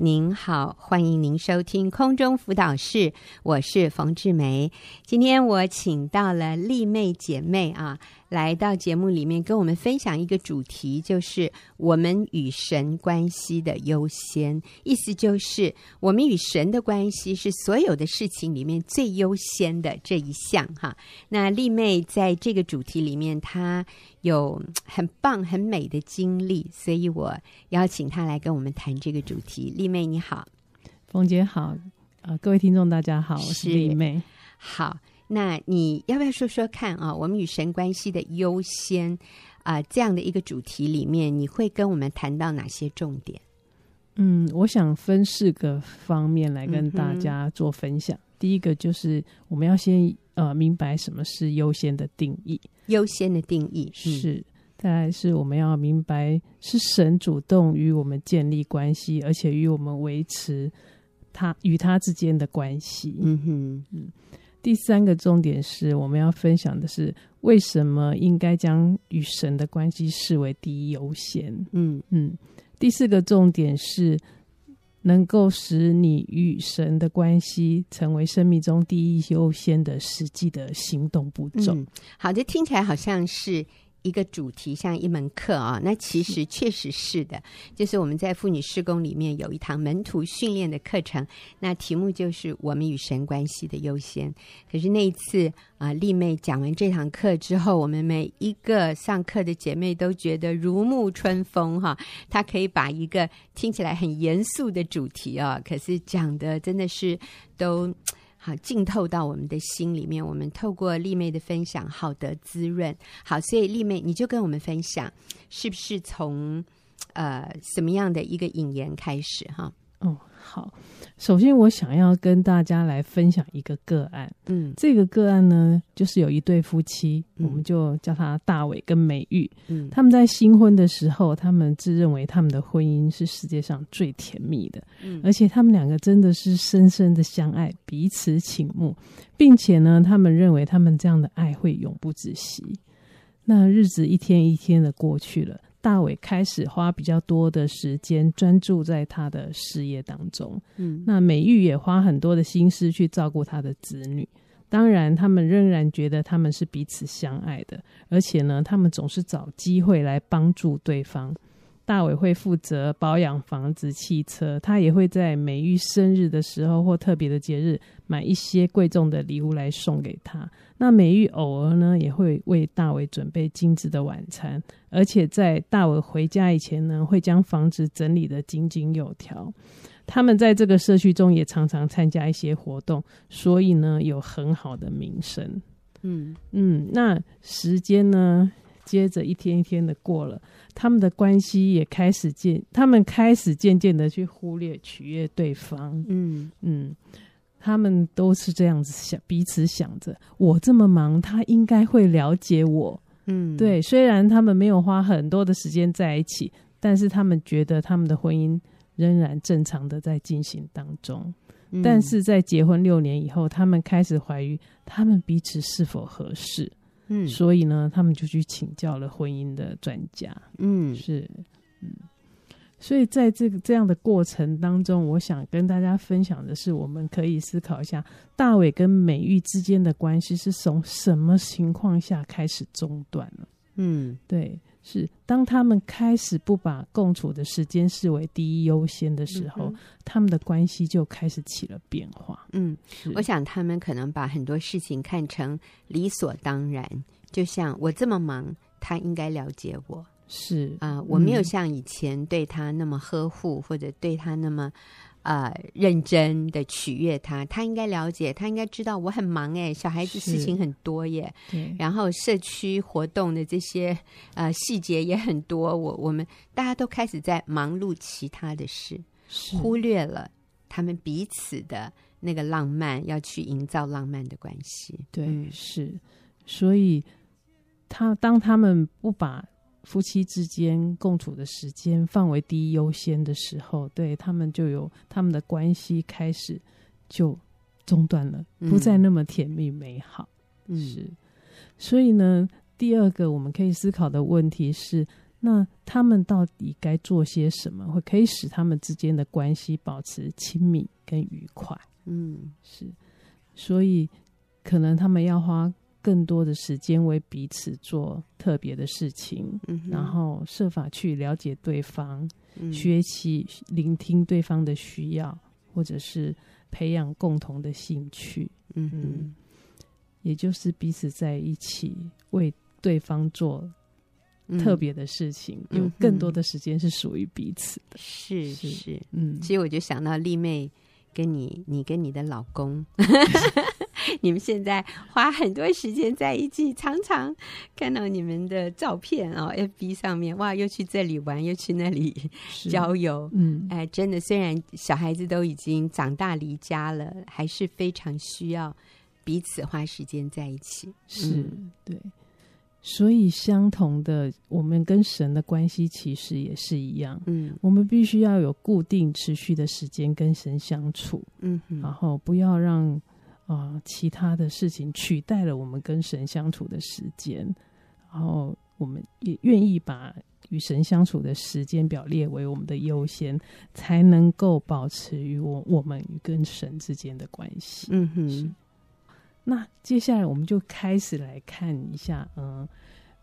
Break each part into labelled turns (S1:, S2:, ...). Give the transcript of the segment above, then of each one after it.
S1: 您好，欢迎您收听空中辅导室，我是冯志梅。今天我请到了丽妹姐妹啊，来到节目里面跟我们分享一个主题，就是我们与神关系的优先。意思就是，我们与神的关系是所有的事情里面最优先的这一项哈。那丽妹在这个主题里面，她有嗯很棒、很美的经历，所以我邀请她来跟我们谈这个主题。丽妹你好，
S2: 冯姐好，呃，各位听众大家好，我
S1: 是
S2: 是丽妹。
S1: 好，那你要不要说说看啊？我们与神关系的优先啊、这样的一个主题里面，你会跟我们谈到哪些重点？
S2: 嗯，我想分四个方面来跟
S1: 嗯哼
S2: 大家做分享。第一个就是我们要先呃明白什么是优先的定义，
S1: 优先的定义、嗯、
S2: 是。再来是我们要明白是神主动与我们建立关系，而且与我们维持他与他之间的关系。
S1: 嗯哼，
S2: 第三个重点是我们要分享的是为什么应该将与神的关系视为第一优先。
S1: 嗯
S2: 嗯，第四个重点是能够使你与神的关系成为生命中第一优先的实际的行动步骤。
S1: 嗯，好，这听起来好像是。一个主题像一门课啊、那其实确实是的，就是我们在妇女施工里面有一堂门徒训练的课程，那题目就是我们与神关系的优先。可是那一次啊、丽妹讲完这堂课之后，我们每一个上课的姐妹都觉得如沐春风哈、她可以把一个听起来很严肃的主题啊、可是讲的真的是都好浸透到我们的心里面。我们透过丽妹的分享，好得滋润。好，所以丽妹，你就跟我们分享，是不是从呃什么样的一个引言开始哈？
S2: 哦，好，首先我想要跟大家来分享一个个案。
S1: 嗯
S2: 这个个案呢，就是有一对夫妻，
S1: 嗯
S2: 我们就叫他大伟跟美玉。
S1: 嗯
S2: 他们在新婚的时候，他们自认为他们的婚姻是世界上最甜蜜的。
S1: 嗯
S2: 而且他们两个真的是深深的相爱，彼此倾慕，并且呢，他们认为他们这样的爱会永不止息。那日子一天一天的过去了，大伟开始花比较多的时间专注在他的事业当中，
S1: 嗯
S2: 那美玉也花很多的心思去照顾他的子女。当然，他们仍然觉得他们是彼此相爱的，而且呢，他们总是找机会来帮助对方。大伟会负责保养房子、汽车，他也会在美玉生日的时候或特别的节日买一些贵重的礼物来送给她。那美玉偶尔呢，也会为大伟准备精致的晚餐，而且在大伟回家以前呢，会将房子整理得井井有条。他们在这个社区中也常常参加一些活动，所以呢有很好的名声。
S1: 嗯
S2: 嗯，那时间呢，接着一天一天的过了，他们的关系也开始渐，他们开始渐渐的去忽略取悦对方。
S1: 嗯
S2: 嗯，他们都是这样子想，彼此想着，我这么忙，他应该会了解我。
S1: 嗯，
S2: 对，虽然他们没有花很多的时间在一起，但是他们觉得他们的婚姻仍然正常的在进行当中。
S1: 嗯，
S2: 但是在结婚六年以后，他们开始怀疑他们彼此是否合适，
S1: 嗯
S2: 所以呢，他们就去请教了婚姻的专家。
S1: 嗯
S2: 是，嗯，所以在这个这样的过程当中，我想跟大家分享的是，我们可以思考一下大伟跟美玉之间的关系是从什么情况下开始中断了。
S1: 嗯
S2: 对，是当他们开始不把共处的时间视为第一优先的时候，
S1: 嗯
S2: 他们的关系就开始起了变化。
S1: 嗯，
S2: 是
S1: 我想他们可能把很多事情看成理所当然，就像我这么忙，他应该了解我。
S2: 是
S1: 啊、我没有
S2: 嗯
S1: 像以前对他那么呵护，或者对他那么呃认真的取悦他。他应该了解，他应该知道我很忙哎，小孩子事
S2: 是
S1: 情很多耶，
S2: 对，
S1: 然后社区活动的这些呃细节也很多。我我们大家都开始在忙碌其他的事，
S2: 是
S1: 忽略了他们彼此的那个浪漫，要去营造浪漫的关系。
S2: 对、
S1: 嗯
S2: 是，所以他当他们不把夫妻之间共处的时间放为第一优先的时候，对他们就有他们的关系开始就中断了，不再
S1: 嗯
S2: 那么甜蜜美好。
S1: 嗯
S2: 是，所以呢，第二个我们可以思考的问题是：那他们到底该做些什么，会可以使他们之间的关系保持亲密跟愉快？
S1: 嗯
S2: 是，所以可能他们要花更多的时间为彼此做特别的事情，
S1: 嗯哼，
S2: 然后设法去了解对方，
S1: 嗯
S2: 学习聆听对方的需要，或者是培养共同的兴趣，
S1: 嗯
S2: 嗯
S1: 哼，
S2: 也就是彼此在一起为对方做
S1: 嗯
S2: 特别的事情，
S1: 嗯
S2: 有更多的时间是属于彼此的。
S1: 是
S2: 是
S1: 是。
S2: 嗯，
S1: 其实我就想到丽妹跟你，你跟你的老 公， 你们现在花很多时间在一起，常常看到你们的照片哦，FB 上面哇，又去这里玩，又去那里
S2: 是
S1: 郊游。
S2: 嗯
S1: 哎，真的，虽然小孩子都已经长大离家了，还是非常需要彼此花时间在一起。
S2: 是、对。所以，相同的，我们跟神的关系其实也是一样，
S1: 嗯
S2: 我们必须要有固定、持续的时间跟神相处，
S1: 嗯哼
S2: 然后不要让啊、呃其他的事情取代了我们跟神相处的时间，然后我们也愿意把与神相处的时间表列为我们的优先，才能够保持与我我们与跟神之间的关系。
S1: 嗯
S2: 是
S1: 哼，
S2: 那接下来我们就开始来看一下，嗯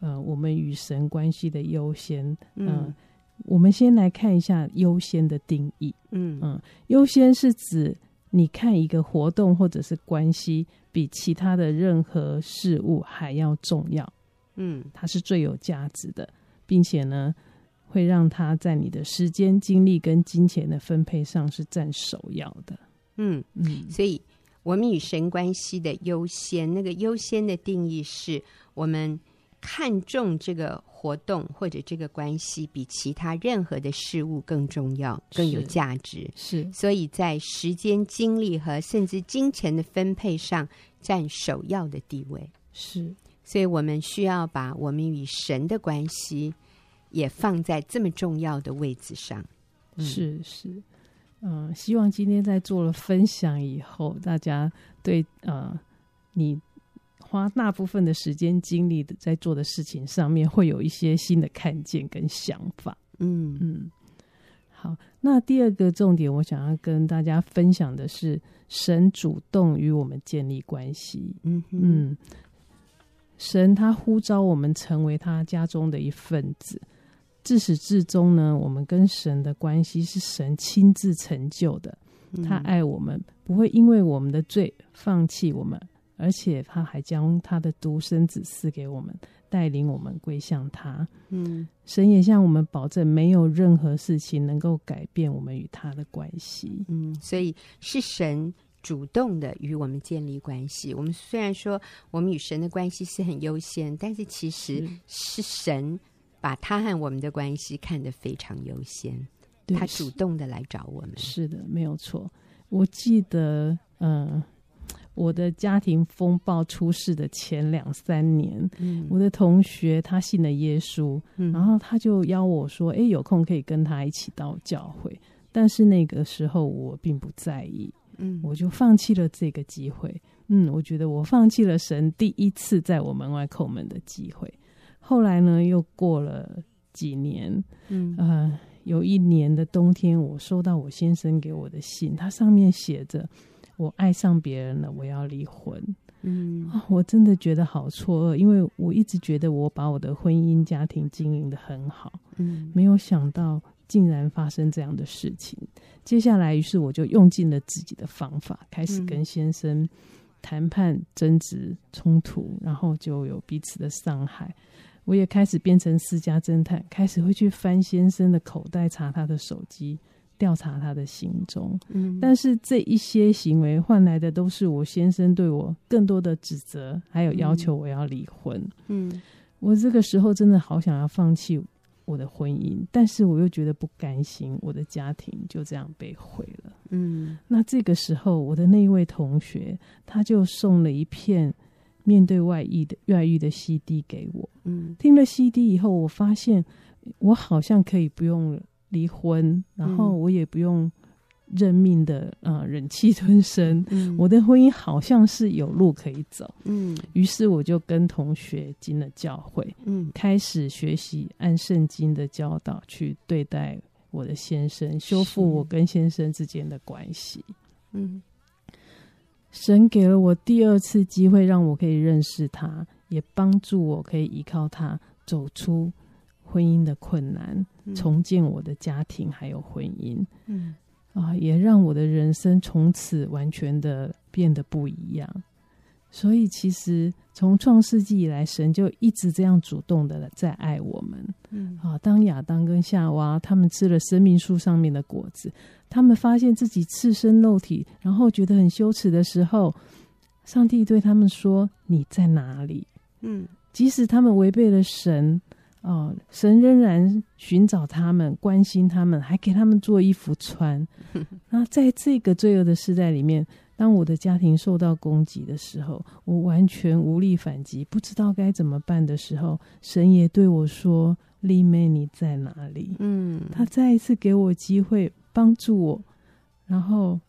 S2: 呃我们与神关系的优先。嗯
S1: 嗯
S2: 我们先来看一下优先的定义。
S1: 嗯
S2: 嗯优先是指你看一个活动或者是关系比其他的任何事物还要重要，
S1: 嗯
S2: 它是最有价值的，并且呢，会让它在你的时间、精力跟金钱的分配上是占首要的。
S1: 嗯，
S2: 嗯，
S1: 所以，我们与神关系的优先，那个优先的定义是我们看重这个活动或者这个关系比其他任何的事物更重要、更有
S2: 是
S1: 价值。
S2: 是
S1: 所以在时间、精力和甚至金钱的分配上占首要的地位。
S2: 是，
S1: 所以我们需要把我们与神的关系也放在这么重要的位置上。嗯
S2: 是是，嗯、希望今天在做了分享以后，大家对呃你花大部分的时间精力的在做的事情上面，会有一些新的看见跟想法。
S1: 嗯
S2: 嗯，好，那第二个重点，我想要跟大家分享的是，神主动与我们建立关系。
S1: 嗯哼
S2: 嗯，神他呼召我们成为他家中的一份子。自始至终呢，我们跟神的关系是神亲自成就的。
S1: 嗯
S2: 他爱我们，不会因为我们的罪放弃我们，而且他还将他的独生子赐给我们，带领我们归向他。
S1: 嗯
S2: 神也向我们保证，没有任何事情能够改变我们与他的关系。
S1: 嗯，所以是神主动的与我们建立关系。我们虽然说我们与神的关系是很优先，但是其实是神把他和我们的关系看得非常优先，
S2: 对
S1: 他主动的来找我们。
S2: 是的，没有错。我记得，嗯、我的家庭风暴出事的前两三年，
S1: 嗯
S2: 我的同学他信了耶稣，
S1: 嗯
S2: 然后他就邀我说：“诶，有空可以跟他一起到教会。”但是那个时候我并不在意，
S1: 嗯
S2: 我就放弃了这个机会。嗯，我觉得我放弃了神第一次在我门外叩门的机会。后来呢，又过了几年，
S1: 嗯
S2: 呃，有一年的冬天，我收到我先生给我的信，它上面写着：“我爱上别人了，我要离婚。
S1: 嗯
S2: 啊，我真的觉得好错愕，因为我一直觉得我把我的婚姻家庭经营的很好，
S1: 嗯
S2: 没有想到竟然发生这样的事情。接下来，于是我就用尽了自己的方法，开始
S1: 嗯
S2: 跟先生谈判、争执、冲突，然后就有彼此的伤害。我也开始变成私家侦探，开始会去翻先生的口袋，查他的手机，调查他的行踪。
S1: 嗯
S2: 但是这一些行为换来的都是我先生对我更多的指责，还有要求我要离婚。
S1: 嗯
S2: 我这个时候真的好想要放弃我的婚姻，但是我又觉得不甘心，我的家庭就这样被毁了。
S1: 嗯
S2: 那这个时候，我的那一位同学他就送了一片面对外遇的外遇的 CD 给我。
S1: 嗯
S2: 听了 CD 以后，我发现我好像可以不用离婚，然后我也不用认命的呃忍气吞声，
S1: 嗯
S2: 我的婚姻好像是有路可以走。
S1: 嗯
S2: 于是我就跟同学进了教会，
S1: 嗯
S2: 开始学习按圣经的教导去对待我的先生，修复我跟先生之间的关系。
S1: 嗯
S2: 神给了我第二次机会，让我可以认识他，也帮助我可以依靠他走出婚姻的困难，
S1: 嗯，
S2: 重建我的家庭还有婚姻
S1: 嗯
S2: 啊，也让我的人生从此完全的变得不一样。所以，其实从创世纪以来，神就一直这样主动的在爱我们。
S1: 嗯
S2: 啊，当亚当跟夏娃他们吃了生命树上面的果子，他们发现自己赤身露体，然后觉得很羞耻的时候，上帝对他们说：“你在哪里
S1: 嗯？”
S2: 即使他们违背了神，哦、神仍然寻找他们，关心他们，还给他们做衣服穿。那在这个罪恶的时代里面，当我的家庭受到攻击的时候，我完全无力反击，不知道该怎么办的时候，神也对我说：“丽妹，你在哪里？”
S1: 嗯，
S2: 他再一次给我机会，帮助我，然后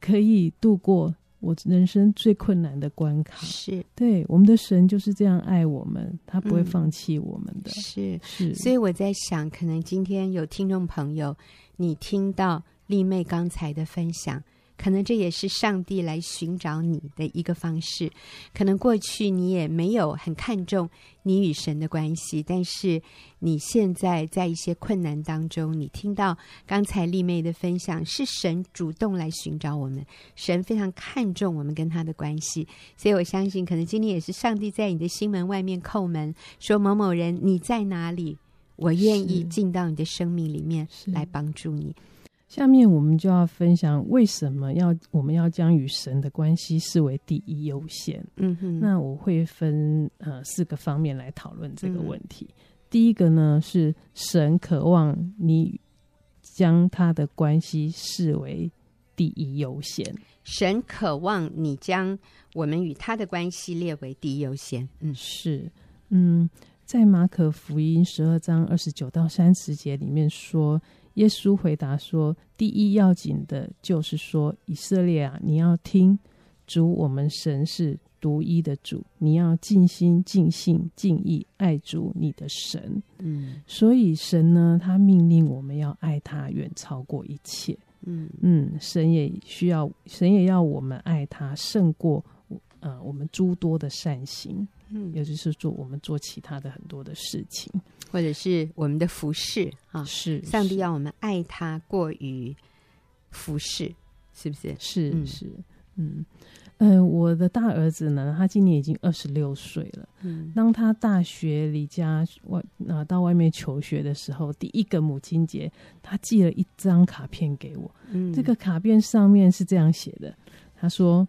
S2: 可以度过我人生最困难的关卡。
S1: 是
S2: 对，我们的神就是这样爱我们，他不会
S1: 嗯
S2: 放弃我们的。
S1: 是，
S2: 是，
S1: 所以我在想，可能今天有听众朋友，你听到丽妹刚才的分享，可能这也是上帝来寻找你的一个方式。可能过去你也没有很看重你与神的关系，但是你现在在一些困难当中，你听到刚才丽妹的分享，是神主动来寻找我们，神非常看重我们跟他的关系，所以我相信，可能今天也是上帝在你的心门外面叩门，说某某人你在哪里？我愿意
S2: 是
S1: 进到你的生命里面
S2: 是
S1: 来帮助你。
S2: 下面我们就要分享为什么要我们要将与神的关系视为第一优先。
S1: 嗯哼，
S2: 那我会分呃四个方面来讨论这个
S1: 嗯
S2: 问题。第一个呢是神渴望你将他的关系视为第一优先，
S1: 神渴望你将我们与他的关系列为第一优先。嗯
S2: 是嗯，在马可福音十二章二十九到三十节里面说，耶稣回答说：“第一要紧的就是说，以色列啊，你要听主，我们神是独一的主，你要尽心、尽性、尽意爱主你的神。”
S1: 嗯
S2: 所以神呢，他命令我们要爱他，远超过一切。
S1: 嗯
S2: 嗯，神也需要，神也要我们爱他，胜过呃我们诸多的善行，
S1: 嗯，
S2: 也就是做我们做其他的很多的事情。
S1: 或者是我们的服饰啊，
S2: 是
S1: 上帝
S2: 是
S1: 要我们爱他过于服饰，是不是？
S2: 是、
S1: 嗯
S2: 是嗯嗯、呃我的大儿子呢，他今年已经二十六岁了。
S1: 嗯
S2: 当他大学离家外呃到外面求学的时候，第一个母亲节，他寄了一张卡片给我。
S1: 嗯
S2: 这个卡片上面是这样写的，他说：“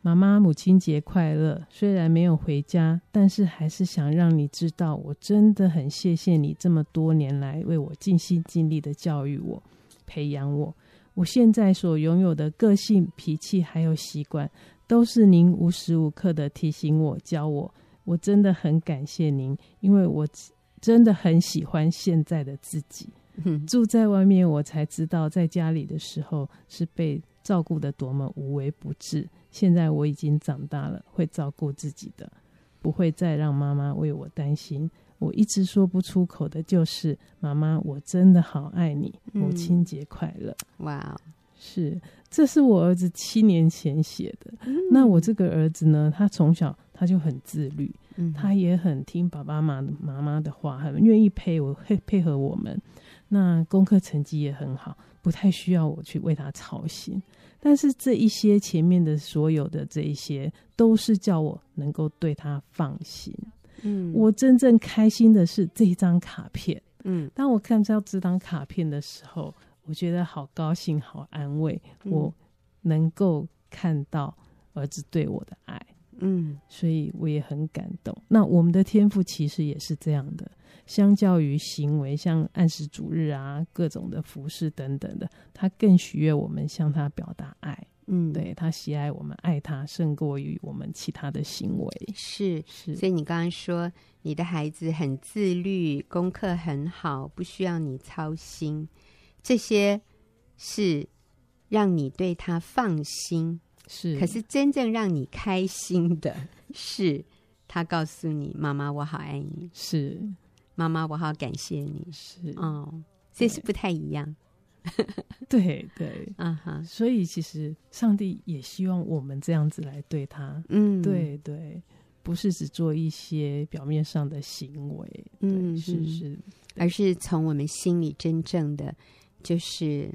S2: 妈妈，母亲节快乐！虽然没有回家，但是还是想让你知道，我真的很谢谢你这么多年来为我尽心尽力的教育我、培养我。我现在所拥有的个性、脾气还有习惯，都是您无时无刻的提醒我、教我。我真的很感谢您，因为我真的很喜欢现在的自己。”
S1: 嗯
S2: 住在外面，我才知道在家里的时候是被照顾的多么无微不至。现在我已经长大了，会照顾自己的，不会再让妈妈为我担心。我一直说不出口的就是，妈妈，我真的好爱你，
S1: 嗯
S2: 母亲节快乐。
S1: 哇哦，
S2: 是，这是我儿子七年前写的。那我这个儿子呢，他从小他就很自律，
S1: 嗯
S2: 他也很听爸爸妈妈妈的话，很愿意配我配配合我们。那功课成绩也很好，不太需要我去为他操心。但是这一些前面的所有的这一些，都是叫我能够对他放心。
S1: 嗯
S2: 我真正开心的是这张卡片。
S1: 嗯
S2: 当我看到这张卡片的时候，我觉得好高兴，好安慰，
S1: 嗯
S2: 我能够看到儿子对我的爱。
S1: 嗯
S2: 所以我也很感动。那我们的天赋其实也是这样的，相较于行为，像按时主日啊、各种的服饰等等的，他更喜悦我们向他表达爱，
S1: 嗯，
S2: 对他喜爱我们爱他，胜过于我们其他的行为。
S1: 是。
S2: 是
S1: 所以你刚刚说你的孩子很自律，功课很好，不需要你操心，这些是让你对他放心。
S2: 是，
S1: 可是真正让你开心的是，他告诉你：“妈妈，我好爱你，
S2: 是
S1: 妈妈，我好感谢你。
S2: 是”，
S1: 哦，这是不太一样
S2: 对对，
S1: 啊哈。
S2: 所以其实上帝也希望我们这样子来对他，
S1: 嗯，，
S2: 对对，不是只做一些表面上的行为，对，
S1: 嗯
S2: 是
S1: 嗯
S2: 是，
S1: 而是从我们心里真正的就是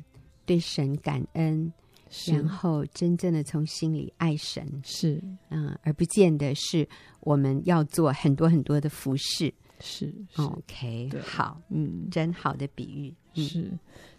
S1: 对神感恩，
S2: 是
S1: 然后真正的从心里爱神，
S2: 是
S1: 嗯、而不见得是我们要做很多很多的服饰。
S2: 是是，
S1: OK，
S2: 对
S1: 好，
S2: 嗯，
S1: 真好的比喻。哦嗯，
S2: 是，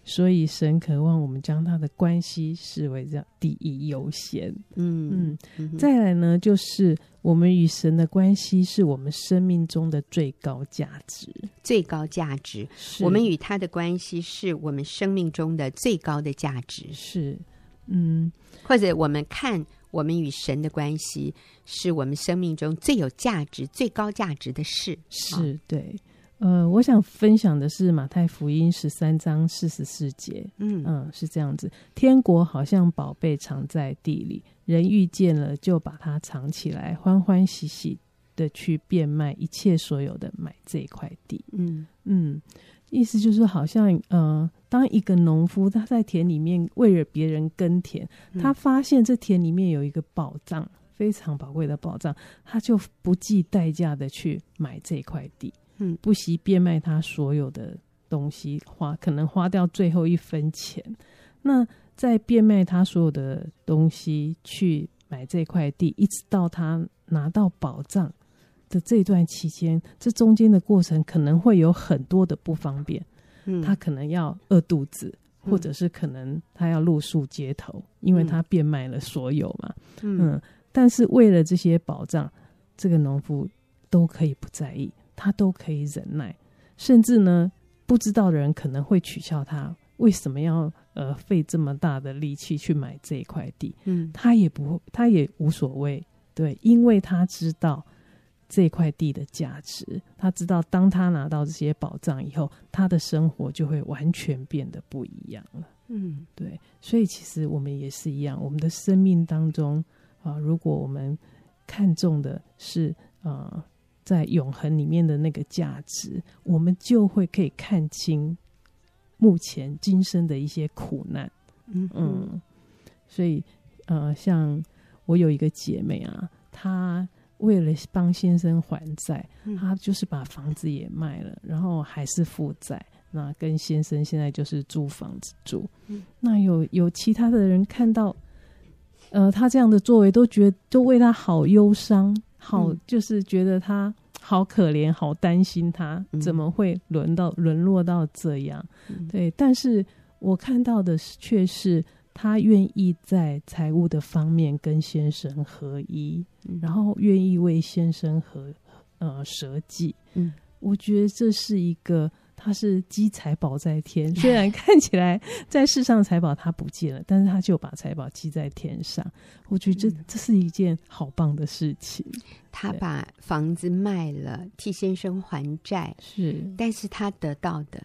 S2: 所以神渴望我们将他的关系视为这样第一优先。
S1: 嗯
S2: 嗯，
S1: 嗯哼，
S2: 再来呢，就是我们与神的关系是我们生命中的最高价值。
S1: 最高价值，
S2: 是
S1: 我们与他的关系是我们生命中的最高的价值，
S2: 是嗯
S1: 或者我们看我们与神的关系是我们生命中最有价值、最高价值的事。啊
S2: 是对。呃，我想分享的是马太福音十三章四十四节，
S1: 嗯
S2: 嗯，是这样子。天国好像宝贝藏在地里，人遇见了就把它藏起来，欢欢喜喜的去变卖一切所有的买这块地。
S1: 嗯
S2: 嗯，意思就是好像，呃，当一个农夫他在田里面为了别人耕田，
S1: 嗯
S2: 他发现这田里面有一个宝藏，非常宝贵的宝藏，他就不计代价的去买这块地，
S1: 嗯
S2: 不惜变卖他所有的东西，花可能花掉最后一分钱。那在变卖他所有的东西去买这块地，一直到他拿到宝藏的这段期间，这中间的过程可能会有很多的不方便，
S1: 嗯
S2: 他可能要饿肚子。
S1: 嗯
S2: 或者是可能他要露宿街头，因为
S1: 嗯
S2: 他变卖了所有嘛。
S1: 嗯
S2: 嗯，但是为了这些保障，这个农夫都可以不在意，他都可以忍耐，甚至呢，不知道的人可能会取笑他为什么要呃费这么大的力气去买这一块地，
S1: 嗯
S2: 他也不他也无所谓，对，因为他知道。这块地的价值，他知道，当他拿到这些保障以后，他的生活就会完全变得不一样了。
S1: 嗯
S2: 对，所以其实我们也是一样，我们的生命当中啊、如果我们看重的是呃，在永恒里面的那个价值，我们就会可以看清目前今生的一些苦难。
S1: 嗯嗯
S2: 嗯，所以呃，像我有一个姐妹啊，她为了帮先生还债，
S1: 嗯
S2: 她就是把房子也卖了，然后还是负债。那跟先生现在就是租房子住。
S1: 嗯
S2: 那有有其他的人看到，呃，她这样的作为，都觉得都为她好忧伤，好、
S1: 嗯
S2: 就是觉得她好可怜，好担心她
S1: 嗯
S2: 怎么会沦到沦落到这样。
S1: 嗯
S2: 对，但是我看到的是却是他愿意在财务的方面跟先生合一，
S1: 嗯
S2: 然后愿意为先生和呃舍己。
S1: 嗯，
S2: 我觉得这是一个。他是积财宝 在天，虽然看起来在世上财宝他不见了，但是他就把财宝积在天上。我觉得这
S1: 嗯
S2: 这是一件好棒的事情。
S1: 他
S2: 对
S1: 把房子卖了，替先生还债，
S2: 是
S1: 但是他得到的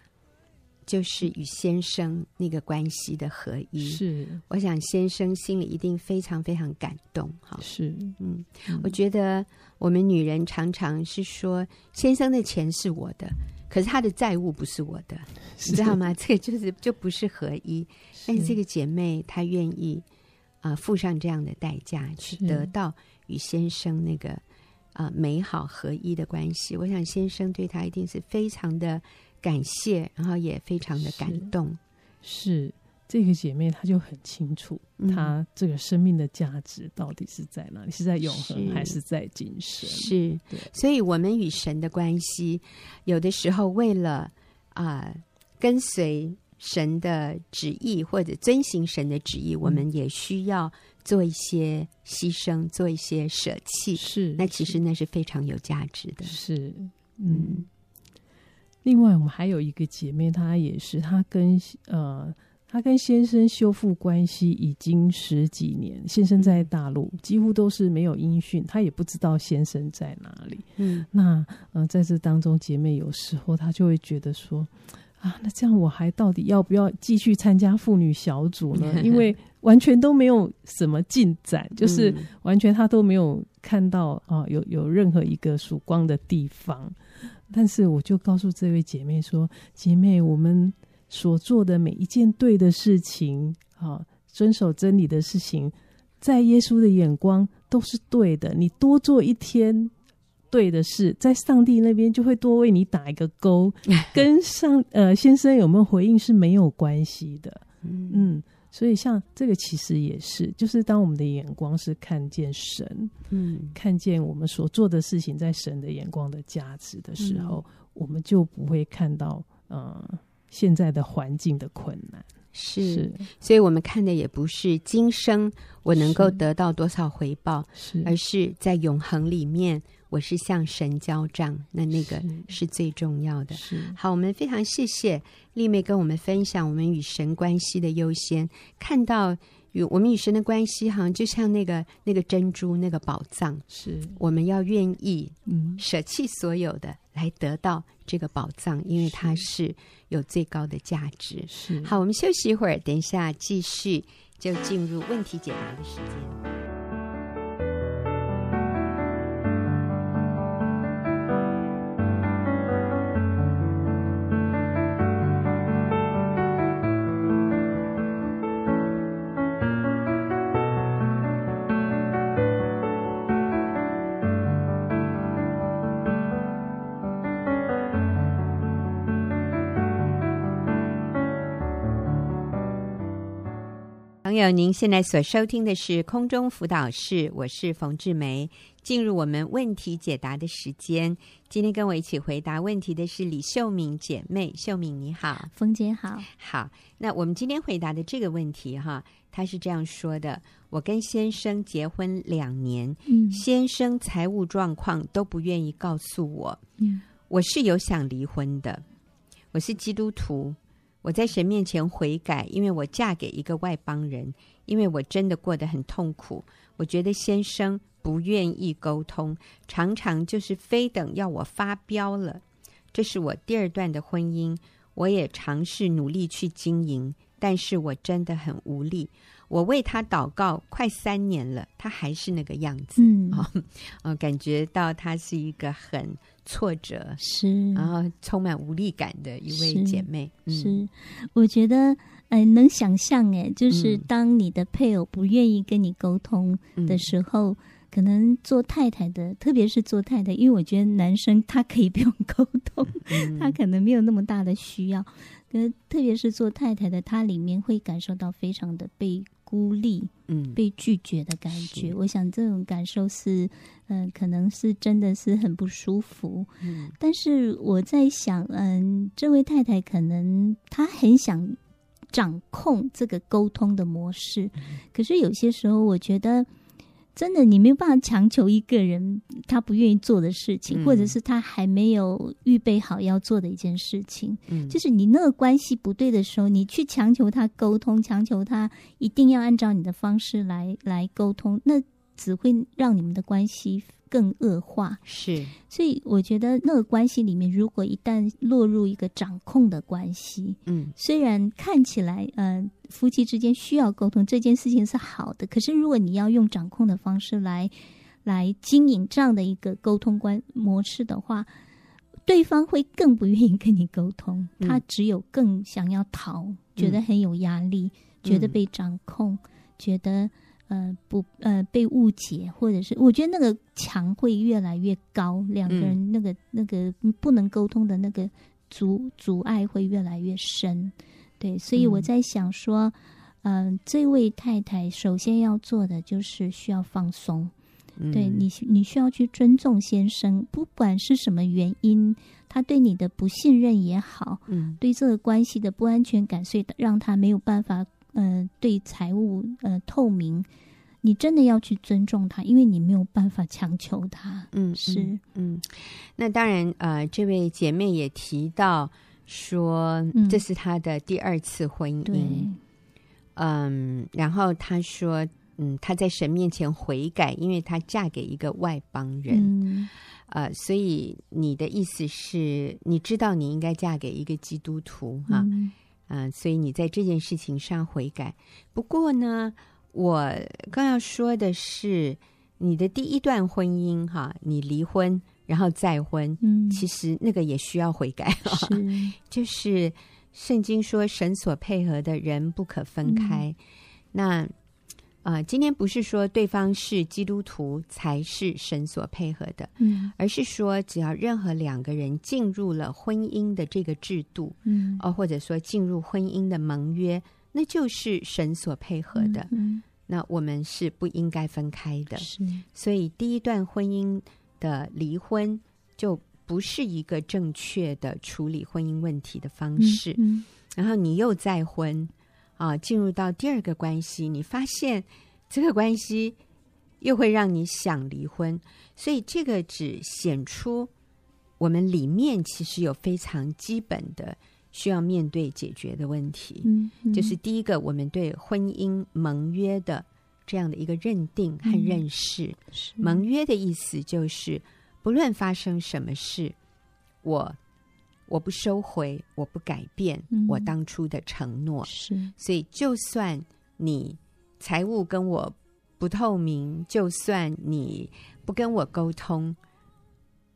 S1: 就是与先生那个关系的合
S2: 嗯
S1: 一。
S2: 是
S1: 我想先生心里一定非常非常感动哈。
S2: 是，
S1: 嗯，
S2: 嗯
S1: 我觉得我们女人常常是说，先生的钱是我的，可是他的债务不是我的，你知道吗？这个就是就不是合一。但是这个姐妹她愿意啊、呃付上这样的代价，去
S2: 是
S1: 得到与先生那个啊、呃美好合一的关系。我想先生对她一定是非常的感谢，然后也非常的
S2: 是
S1: 感动。
S2: 是这个姐妹，她就很清楚
S1: 嗯
S2: 她这个生命的价值到底是在哪里，是在永恒
S1: 是
S2: 还是在今生？
S1: 是
S2: 对，
S1: 所以我们与神的关系，有的时候为了啊、呃跟随神的旨意或者遵行神的旨意，我
S2: 嗯
S1: 们也需要做一些牺牲，做一些舍弃。
S2: 是，
S1: 那其实那是非常有价值的。
S2: 是，嗯。另外，我们还有一个姐妹，她也是，她跟呃，她跟先生修复关系已经十几年，先生在大陆，几乎都是没有音讯，她也不知道先生在哪里。
S1: 嗯
S2: 那呃，在这当中，姐妹有时候她就会觉得说，啊，那这样我还到底要不要继续参加妇女小组呢？因为完全都没有什么进展，就是
S1: 嗯
S2: 完全他都没有看到啊，有有任何一个曙光的地方。但是我就告诉这位姐妹说：“姐妹，我们所做的每一件对的事情，啊，遵守真理的事情，在耶稣的眼光都是对的。你多做一天对的事，在上帝那边就会多为你打一个勾，跟上呃先生有没有回应是没有关系的。
S1: 嗯
S2: 嗯，所以像这个其实也是，就是当我们的眼光是看见神，
S1: 嗯
S2: 看见我们所做的事情在神的眼光的价值的时候，
S1: 嗯
S2: 我们就不会看到呃现在的环境的困难。
S1: 是，所以我们看的也不是今生我能够
S2: 是
S1: 得到多少回报，
S2: 是，
S1: 而是在永恒里面，我是向神交账，那那个是最重要的。
S2: 是
S1: 好，我们非常谢谢丽妹跟我们分享我们与神关系的优先，看到与我们与神的关系，好像就像那个那个珍珠那个宝藏，
S2: 是，
S1: 我们要愿意
S2: 嗯，
S1: 舍弃所有的来得到这个宝藏，因为它是有最高的价值。
S2: 是。
S1: 好，我们休息一会儿，等一下继续就进入问题解答的时间。朋友，您现在所收听的是空中辅导室，我是冯志梅。进入我们问题解答的时间，今天跟我一起回答问题的是李秀敏姐妹。秀敏，你好，
S3: 冯姐好，
S1: 好。那我们今天回答的这个问题哈，她是这样说的：我跟先生结婚两年，
S3: 嗯
S1: 先生财务状况都不愿意告诉我，
S3: 嗯
S1: 我是有想离婚的，我是基督徒，我在神面前悔改，因为我嫁给一个外邦人，因为我真的过得很痛苦。我觉得先生不愿意沟通，常常就是非等要我发飙了。这是我第二段的婚姻，我也尝试努力去经营，但是我真的很无力。我为他祷告快三年了，他还是那个样子。
S3: 嗯
S1: 好呃，感觉到她是一个很挫折，
S3: 是
S1: 然后充满无力感的一位
S3: 是
S1: 姐妹。啊嗯，
S3: 是，我觉得哎、呃能想象哎，就是
S1: 嗯
S3: 当你的配偶不愿意跟你沟通
S1: 嗯
S3: 的时候。可能做太太的，特别是做太太，因为我觉得男生他可以不用沟通，
S1: 嗯
S3: 他可能没有那么大的需要。可特别是做太太的，他里面会感受到非常的被孤立，
S1: 嗯
S3: 被拒绝的感觉。
S1: 是
S3: 我想这种感受是，嗯、可能是真的是很不舒服。
S1: 嗯
S3: 但是我在想，嗯，这位太太可能她很想掌控这个沟通的模式，
S1: 嗯
S3: 可是有些时候，我觉得真的你没有办法强求一个人他不愿意做的事情，
S1: 嗯
S3: 或者是他还没有预备好要做的一件事情。
S1: 嗯
S3: 就是你那个关系不对的时候，你去强求他沟通，强求他一定要按照你的方式来来沟通，那只会让你们的关系更恶化。
S1: 是
S3: 所以我觉得那个关系里面，如果一旦落入一个掌控的关系，
S1: 嗯
S3: 虽然看起来呃夫妻之间需要沟通这件事情是好的，可是如果你要用掌控的方式来来经营这样的一个沟通关模式的话，对方会更不愿意跟你沟通，
S1: 嗯
S3: 他只有更想要逃，觉得很有压力，觉得被
S1: 嗯
S3: 掌控，觉得。呃，不，呃，被误解，或者是我觉得那个墙会越来越高，两个
S1: 嗯
S3: 人那个、那个不能沟通的那个阻阻碍会越来越深。对，所以
S2: 嗯
S3: 我在想说，嗯、这位太太首先要做的就是需要放松，
S1: 嗯
S3: 对你，你需要去尊重先生，不管是什么原因，他对你的不信任也好，
S1: 嗯
S3: 对这个关系的不安全感，所以让他没有办法，呃，对财务呃透明，你真的要去尊重他，因为你没有办法强求他，
S1: 嗯
S3: 是。
S1: 嗯嗯，那当然呃，这位姐妹也提到说
S3: 嗯，
S1: 嗯这是她的第二次婚
S3: 对，
S1: 姻，嗯，然后她说嗯，她在神面前悔改，因为她嫁给一个外邦人。
S3: 嗯
S1: 呃，所以你的意思是，你知道你应该嫁给一个基督徒哈，
S3: 嗯
S1: 嗯、所以你在这件事情上悔改。不过呢，我更要说的是，你的第一段婚姻哈，你离婚然后再婚，
S3: 嗯，
S1: 其实那个也需要悔改，
S3: 是
S1: 就是圣经说神所配合的人不可分开。
S3: 嗯
S1: 那啊、呃今天不是说对方是基督徒才是神所配合的，
S3: 嗯
S1: 而是说，只要任何两个人进入了婚姻的这个制度，
S3: 嗯
S1: 哦，或者说进入婚姻的盟约，那就是神所配合的。
S3: 嗯
S1: 那我们是不应该分开的。
S3: 是
S1: 所以，第一段婚姻的离婚就不是一个正确的处理婚姻问题的方式。
S3: 嗯
S1: 然后你又再婚啊，进入到第二个关系，你发现这个关系又会让你想离婚，所以这个只显出我们里面其实有非常基本的需要面对解决的问题，
S3: 嗯嗯
S1: 就是第一个，我们对婚姻盟约的这样的一个认定和
S3: 嗯
S1: 认识。
S3: 是
S1: 盟约的意思就是，不论发生什么事，我我不收回，我不改变
S3: 嗯
S1: 我当初的承诺。
S3: 是
S1: 所以，就算你财务跟我不透明，就算你不跟我沟通，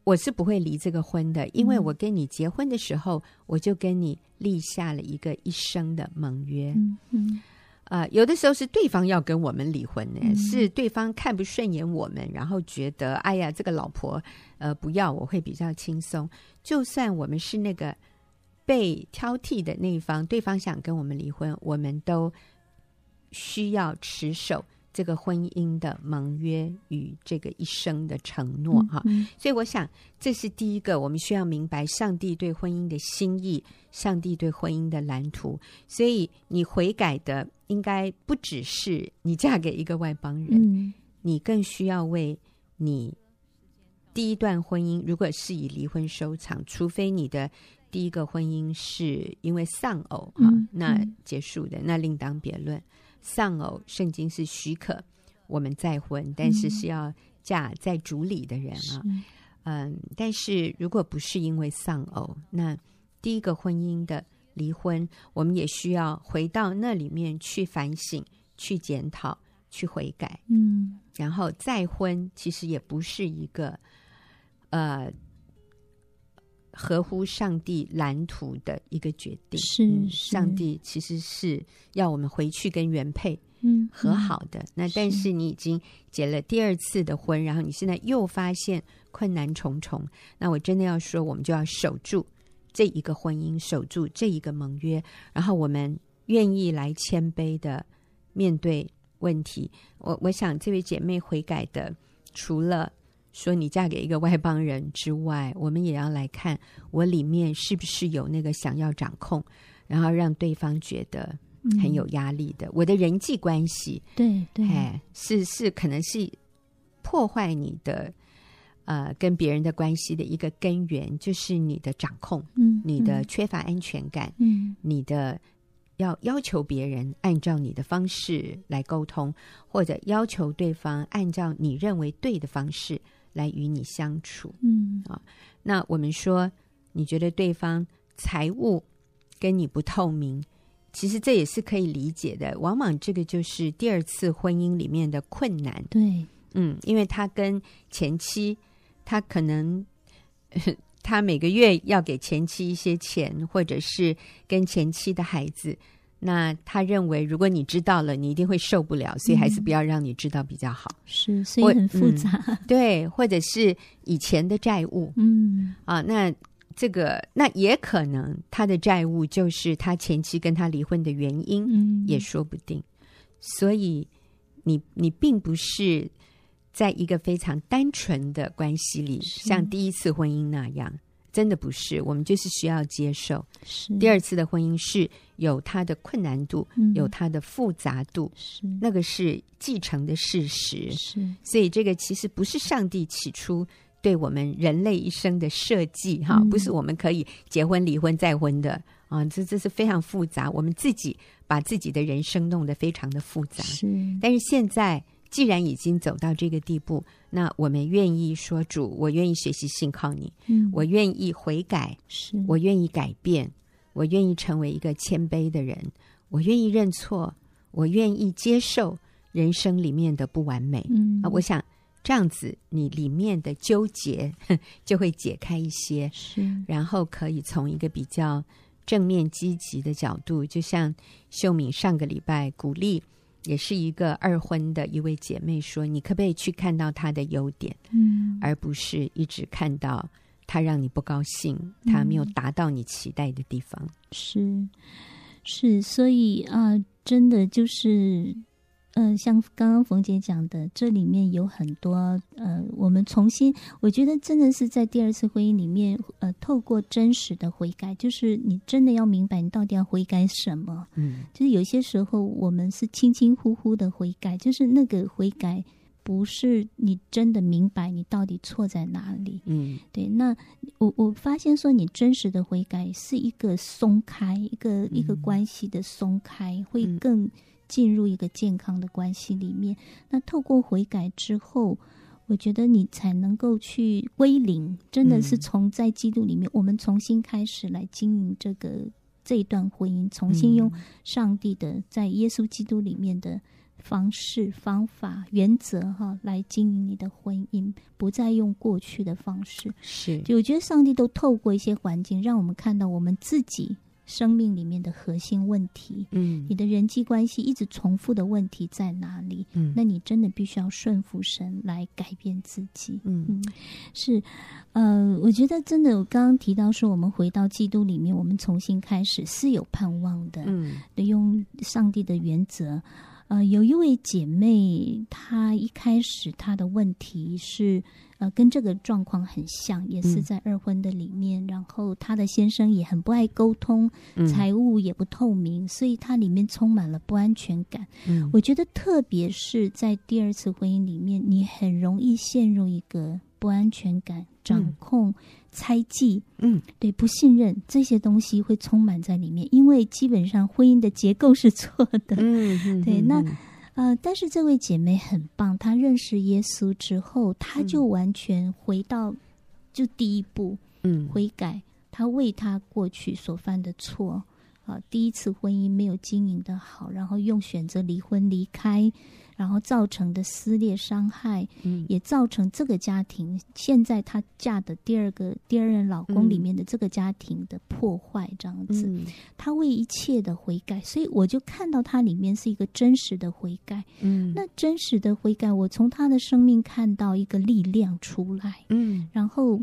S1: 我是不会离这个婚的，因为
S3: 嗯
S1: 我跟你结婚的时候，我就跟你立下了一个一生的盟约。
S3: 嗯嗯
S1: 啊，有的时候是对方要跟我们离婚呢，
S3: 嗯
S1: 是对方看不顺眼我们，然后觉得哎呀，这个老婆呃不要，我会比较轻松。就算我们是那个被挑剔的那一方，对方想跟我们离婚，我们都需要持守这个婚姻的盟约与这个一生的承诺哈。
S3: 嗯
S1: 所以我想，这是第一个，我们需要明白上帝对婚姻的心意，上帝对婚姻的蓝图。所以你悔改的，应该不只是你嫁给一个外邦人，
S3: 嗯
S1: 你更需要为你第一段婚姻，如果是以离婚收场，除非你的第一个婚姻是因为丧偶哈、
S3: 嗯
S1: 那
S3: 嗯
S1: 结束的，那另当别论。丧偶，圣经是许可我们再婚，但是
S3: 嗯
S1: 是要嫁在主里的人啊。嗯，但是如果不是因为丧偶，那第一个婚姻的离婚，我们也需要回到那里面去反省、去检讨、去悔改，
S3: 嗯
S1: 然后再婚，其实也不是一个呃合乎上帝蓝图的一个决定。
S3: 是
S1: 嗯
S3: 是
S1: 上帝其实是要我们回去跟原配
S3: 嗯
S1: 和好的。那但
S3: 是
S1: 是你已经结了第二次的婚，然后你现在又发现困难重重，那我真的要说，我们就要守住这一个婚姻，守住这一个盟约，然后我们愿意来谦卑的面对问题。我我想这位姐妹悔改的，除了。说你嫁给一个外邦人之外，我们也要来看我里面是不是有那个想要掌控，然后让对方觉得
S3: 嗯
S1: 很有压力的。我的人际关系，
S3: 对对
S1: 哎，是是，可能是破坏你的呃跟别人的关系的一个根源，就是你的掌控，
S3: 嗯
S1: 你的缺乏安全感，
S3: 嗯
S1: 你的。要要求别人按照你的方式来沟通，或者要求对方按照你认为对的方式来与你相处。
S3: 嗯
S1: 那我们说，你觉得对方财务跟你不透明，其实这也是可以理解的。往往这个就是第二次婚姻里面的困难，
S3: 对
S1: 嗯，因为他跟前妻，他可能。 他每个月要给前妻一些钱，或者是跟前妻的孩子，那他认为如果你知道了，你一定会受不了，所以还是
S3: 嗯
S1: 不要让你知道比较好。
S3: 是，所
S1: 我
S3: 以很复
S1: 嗯
S3: 杂。
S1: 对，或者是以前的债务，
S3: 嗯
S1: 啊，那这个那也可能他的债务就是他前妻跟他离婚的原因，
S3: 嗯，
S1: 也说不定。所以你你并不是在一个非常单纯的关系里，
S3: 是
S1: 像第一次婚姻那样。真的不是，我们就是需要接受
S3: 是
S1: 第二次的婚姻是有它的困难度，
S3: 嗯
S1: 有它的复杂度，
S3: 是
S1: 那个是继承的事实。
S3: 是
S1: 所以这个其实不是上帝起初对我们人类一生的设计哈，
S3: 嗯
S1: 不是我们可以结婚、离婚、再婚的啊，这这是非常复杂。我们自己把自己的人生弄得非常的复杂。
S3: 是，
S1: 但是现在既然已经走到这个地步，那我们愿意说主，我愿意学习信靠你，
S3: 嗯
S1: 我愿意悔改，
S3: 是
S1: 我愿意改变，我愿意成为一个谦卑的人，我愿意认错，我愿意接受人生里面的不完美。
S3: 嗯
S1: 啊，我想这样子，你里面的纠结 就会解开一些，
S3: 是
S1: 然后可以从一个比较正面积极的角度，就像秀敏上个礼拜鼓励，也是一个二婚的一位姐妹说，你可不可以去看到她的优点，
S3: 嗯
S1: 而不是一直看到她让你不高兴，她没有
S3: 嗯
S1: 达到你期待的地方。
S3: 是是，所以啊、呃真的就是，呃，像刚刚冯姐讲的，这里面有很多呃，我们重新，我觉得真的是在第二次婚姻里面，呃，透过真实的悔改，就是你真的要明白你到底要悔改什么。
S1: 嗯
S3: 就是有些时候我们是轻轻呼呼的悔改，就是那个悔改不是你真的明白你到底错在哪里，
S1: 嗯
S3: 对，那我我发现说，你真实的悔改是一个松开，一个一个
S2: 嗯
S3: 关系的松开，会
S1: 嗯
S3: 更进入一个健康的关系里面。那透过悔改之后，我觉得你才能够去归零，真的是
S1: 嗯
S3: 从在基督里面，我们重新开始来经营这个这一段婚姻，重新用
S1: 嗯
S3: 上帝的在耶稣基督里面的方式、方法、原则哈来经营你的婚姻，不再用过去的方式。
S1: 是
S3: 就我觉得上帝都透过一些环境，让我们看到我们自己生命里面的核心问题，
S1: 嗯
S3: 你的人际关系一直重复的问题在哪里？
S1: 嗯
S3: 那你真的必须要顺服神来改变自己。
S1: 嗯
S3: 嗯，是，呃，我觉得真的，我刚刚提到说，我们回到基督里面，我们重新开始是有盼望的。
S1: 嗯
S3: 的用上帝的原则。呃，有一位姐妹，她一开始她的问题是，呃，跟这个状况很像，也是
S1: 嗯
S3: 在二婚的里面。然后她的先生也很不爱沟通，
S1: 嗯
S3: 财务也不透明，所以她里面充满了不安全感。
S1: 嗯
S3: 我觉得，特别是在第二次婚姻里面，你很容易陷入一个不安全感、掌
S1: 嗯
S3: 控、猜忌，
S1: 嗯
S3: 对不信任这些东西会充满在里面，因为基本上婚姻的结构是错的。
S1: 嗯
S3: 对
S1: 嗯
S3: 那
S1: 嗯
S3: 呃，但是这位姐妹很棒，她认识耶稣之后，她就完全回到就第一步
S1: 嗯
S3: 悔改，她为她过去所犯的错。啊，第一次婚姻没有经营的好，然后用选择离婚离开，然后造成的撕裂伤害，
S1: 嗯
S3: 也造成这个家庭现在她嫁的第二个第二任老公里面的这个家庭的破坏这样子。
S1: 嗯
S3: 她为一切的悔改，所以我就看到她里面是一个真实的悔改。
S1: 嗯
S3: 那真实的悔改，我从她的生命看到一个力量出来，
S1: 嗯
S3: 然后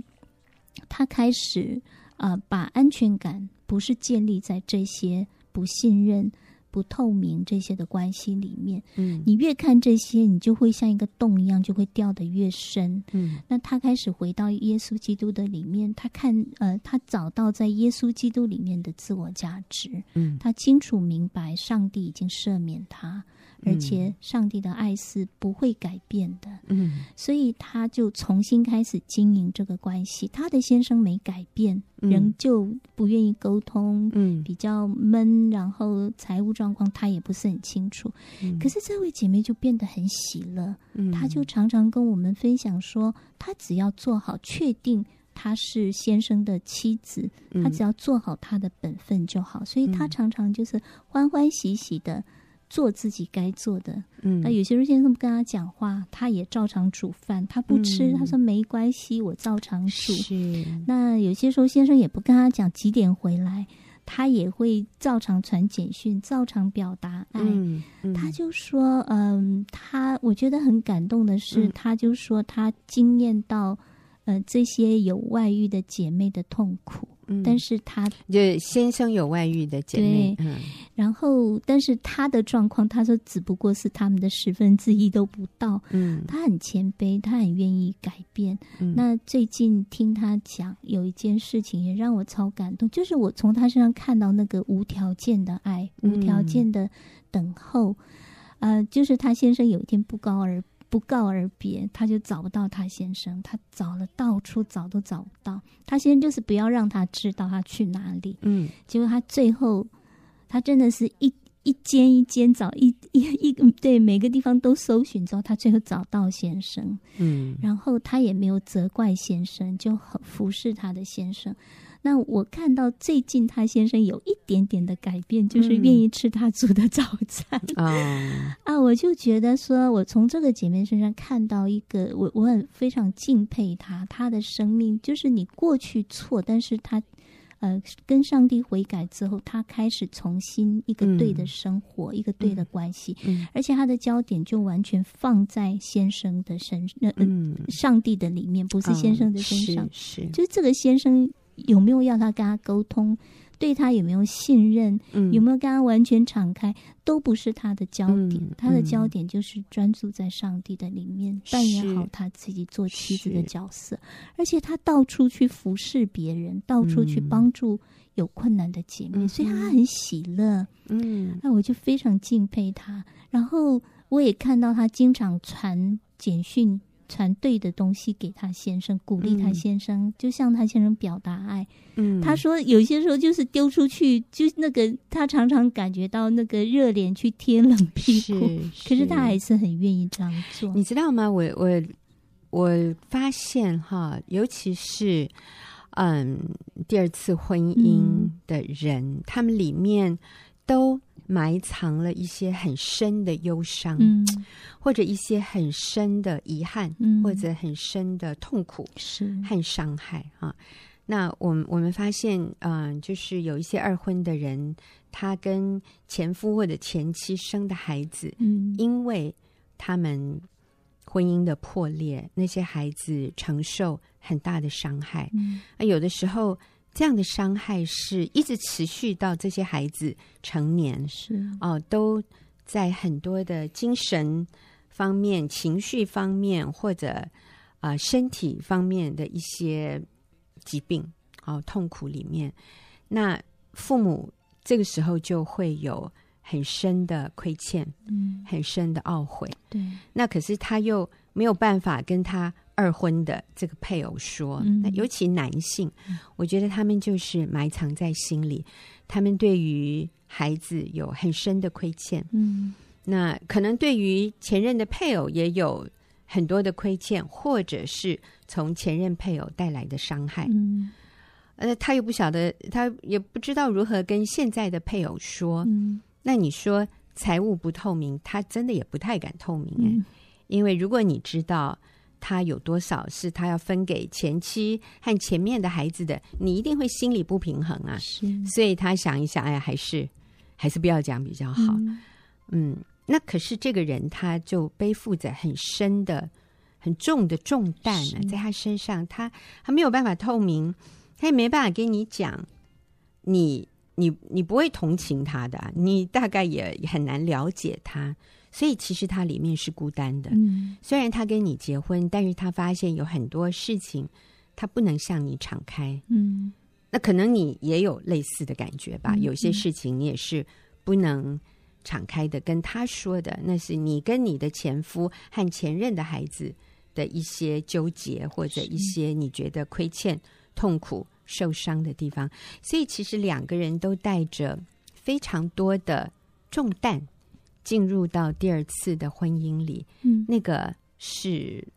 S3: 她开始呃把安全感不是建立在这些不信任。不透明这些的关系里面，
S1: 嗯
S3: 你越看这些，你就会像一个洞一样，就会掉得越深。
S1: 嗯
S3: 那他开始回到耶稣基督的里面，他看呃，他找到在耶稣基督里面的自我价值，
S1: 嗯
S3: 他清楚明白上帝已经赦免他，而且上帝的爱是不会改变的，
S1: 嗯
S3: 所以他就重新开始经营这个关系。他的先生没改变，
S1: 嗯
S3: 仍旧不愿意沟通。
S1: 嗯
S3: 比较闷，然后财务状况他也不是很清楚。
S1: 嗯
S3: 可是这位姐妹就变得很喜乐，
S1: 嗯
S3: 她就常常跟我们分享说，她只要做好确定她是先生的妻子，她只要做好她的本分就好。所以她
S1: 嗯
S3: 常常就是欢欢喜喜的做自己该做的。
S1: 嗯
S3: 那有些人先生不跟她讲话，她也照常煮饭，她不吃，
S1: 嗯
S3: 她说没关系，我照常煮。
S1: 是
S3: 那有些时候先生也不跟她讲几点回来，她也会照常传简讯，照常表达爱。
S1: 嗯嗯
S3: 他就说，嗯，他我觉得很感动的是，
S1: 嗯
S3: 他就说他惊艳到，呃，这些有外遇的姐妹的痛苦，
S1: 嗯
S3: 但是他，
S1: 就是先生有外遇的姐妹嗯
S3: 然后，但是他的状况，他说只不过是他们的十分之一都不到，
S1: 嗯
S3: 他很谦卑，他很愿意改变。
S1: 嗯
S3: 那最近听他讲有一件事情也让我超感动，就是我从他身上看到那个无条件的爱、无
S1: 嗯
S3: 条件的等候。呃，就是他先生有一天不告而不告而别，她就找不到她先生，她找了到处找都找不到，她先生就是不要让她知道她去哪里，
S1: 嗯，
S3: 结果她最后，她真的是一一间一间找，一一一个对每个地方都搜寻之后，她最后找到先生，
S1: 嗯，
S3: 然后她也没有责怪先生，就很服侍她的先生。那我看到最近她先生有一点点的改变，就是愿意吃她煮的早餐、
S1: 哦，
S3: 啊，我就觉得说，我从这个姐妹身上看到一个，我我很非常敬佩她，她的生命就是你过去错，但是她。呃，跟上帝悔改之后，她开始重新一个对的
S1: 嗯
S3: 生活，一个对的
S1: 嗯
S3: 关系，
S1: 嗯
S3: 而且她的焦点就完全放在先生的身，呃，呃
S1: 嗯，
S3: 上帝的里面，不是先生的身上。
S1: 嗯是，是
S3: 就是这个先生有没有要他跟他沟通，对他有没有信任，
S1: 嗯
S3: 有没有跟他完全敞开，都不是他的焦点。
S1: 嗯
S3: 他的
S1: 嗯
S3: 焦点就是专注在上帝的里面，
S1: 是
S3: 扮演好他自己做妻子的
S1: 是
S3: 角色，而且他到处去服侍别人，到处去
S1: 嗯
S3: 帮助有困难的姐妹，
S1: 嗯哼
S3: 所以他很喜乐。
S1: 嗯
S3: 那我就非常敬佩他。然后我也看到他经常传简讯、传对的东西给他先生，鼓励他
S1: 嗯
S3: 先生，就向他先生表达爱。
S1: 嗯，
S3: 他说有些时候就是丢出去，就那个他常常感觉到那个热脸去贴冷屁
S1: 是
S3: 股，， 可是他
S1: 是
S3: 还是很愿意这样做。
S1: 你知道吗？我我我发现哈，尤其是嗯第二次婚姻
S3: 嗯
S1: 的人，他们里面都埋藏了一些很深的忧伤，
S3: 嗯
S1: 或者一些很深的遗憾，
S3: 嗯，
S1: 或者很深的痛苦
S3: 是
S1: 和伤害啊。那我们我们发现，嗯、就是有一些二婚的人，他跟前夫或者前妻生的孩子，
S3: 嗯
S1: 因为他们婚姻的破裂，那些孩子承受很大的伤害。
S3: 嗯
S1: 而有的时候，这样的伤害是一直持续到这些孩子成年
S3: 是
S1: 哦、都在很多的精神方面、情绪方面或者呃身体方面的一些疾病哦、痛苦里面，那父母这个时候就会有很深的亏欠。
S3: 嗯
S1: 很深的懊悔。
S3: 对
S1: 那可是他又没有办法跟他二婚的这个配偶说，
S3: 嗯
S1: 那尤其男性，我觉得他们就是埋藏在心里，他们对于孩子有很深的亏欠，
S3: 嗯
S1: 那可能对于前任的配偶也有很多的亏欠，或者是从前任配偶带来的伤害。
S3: 嗯
S1: 呃，他又不晓得，他也不知道如何跟现在的配偶说。
S3: 嗯
S1: 那你说财务不透明，他真的也不太敢透明、哎。
S3: 嗯
S1: 因为如果你知道他有多少是他要分给前妻和前面的孩子的，你一定会心里不平衡啊。
S3: 是
S1: 所以他想一想，哎呀，还是还是不要讲比较好。
S3: 嗯
S1: 嗯那可是这个人他就背负着很深的、很重的重担
S3: 是
S1: 啊，在他身上，他他没有办法透明，他也没办法跟你讲，你你你不会同情他的啊，你大概也也很难了解他，所以其实他里面是孤单的。
S3: 嗯
S1: 虽然他跟你结婚，但是他发现有很多事情他不能向你敞开。
S3: 嗯
S1: 那可能你也有类似的感觉吧？
S3: 嗯
S1: 有些事情你也是不能敞开的跟他说的，那是你跟你的前夫和前任的孩子的一些纠结，或者一些你觉得亏欠、痛苦、受伤的地方。所以其实两个人都带着非常多的重担进入到第二次的婚姻里。
S3: 嗯
S1: 那个是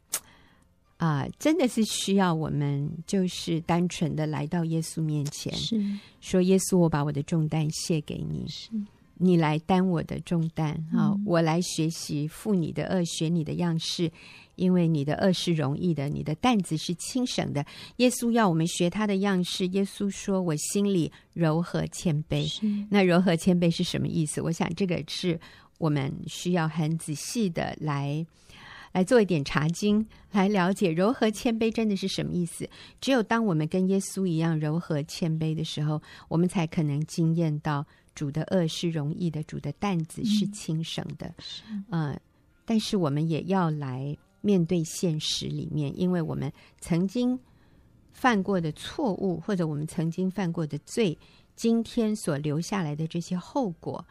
S1: 啊、真的是需要我们就是单纯的来到耶稣面前，
S3: 是
S1: 说耶稣，我把我的重担卸给你，
S3: 是
S1: 你来担我的重担啊、
S3: 嗯
S1: 我来学习负你的恶，学你的样式，因为你的恶是容易的，你的担子是轻省的。耶稣要我们学他的样式，耶稣说我心里柔和谦卑，
S3: 是
S1: 那柔和谦卑是什么意思？我想这个是我们需要很仔细的来来做一点查经，来了解柔和谦卑真的是什么意思。只有当我们跟耶稣一样柔和谦卑的时候，我们才可能惊艳到主的恶是容易的，主的担子是
S3: 嗯
S1: 轻省的。
S3: 是
S1: 嗯、但是我们也要来面对现实里面，因为我们曾经犯过的错误，或者我们曾经犯过的罪，今天所留下来的这些后果，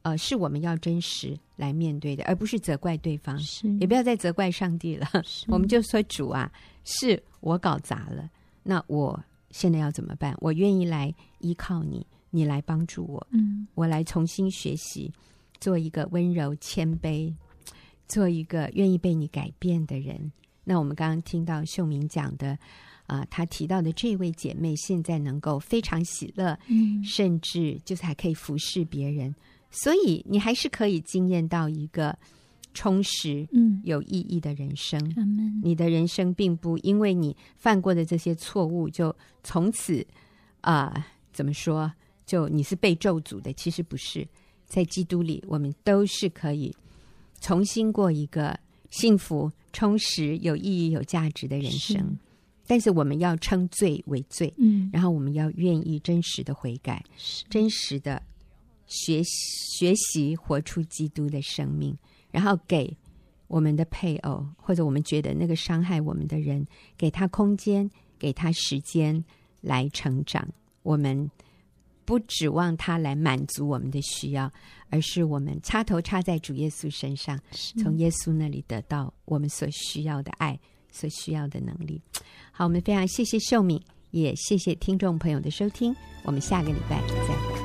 S1: 呃，是我们要真实来面对的，而不是责怪对方，
S3: 是，
S1: 嗯也不要再责怪上帝了。
S3: 是
S1: 我们就说主啊，是我搞砸了，那我现在要怎么办？我愿意来依靠你，你来帮助我，
S3: 嗯
S1: 我来重新学习，做一个温柔谦卑，做一个愿意被你改变的人。那我们刚刚听到秀明讲的，啊、她提到的这位姐妹现在能够非常喜乐，
S3: 嗯
S1: 甚至就是还可以服侍别人，所以你还是可以惊艳到一个充实、
S3: 嗯，
S1: 有意义的人生。
S3: 阿门，
S1: 你的人生并不因为你犯过的这些错误，就从此啊、怎么说？就你是被咒诅的，其实不是。在基督里，我们都是可以重新过一个幸福、充实、有意义、有价值的人生。
S3: 是
S1: 但是我们要称罪为罪，
S3: 嗯，
S1: 然后我们要愿意真实的悔改，
S3: 是
S1: 真实的学习学习活出基督的生命，然后给我们的配偶或者我们觉得那个伤害我们的人，给他空间，给他时间来成长。我们不指望他来满足我们的需要，而是我们插头插在主耶稣身上，
S3: 是
S1: 从耶稣那里得到我们所需要的爱，所需要的能力。好，我们非常谢谢秀敏，也谢谢听众朋友的收听，我们下个礼拜再会。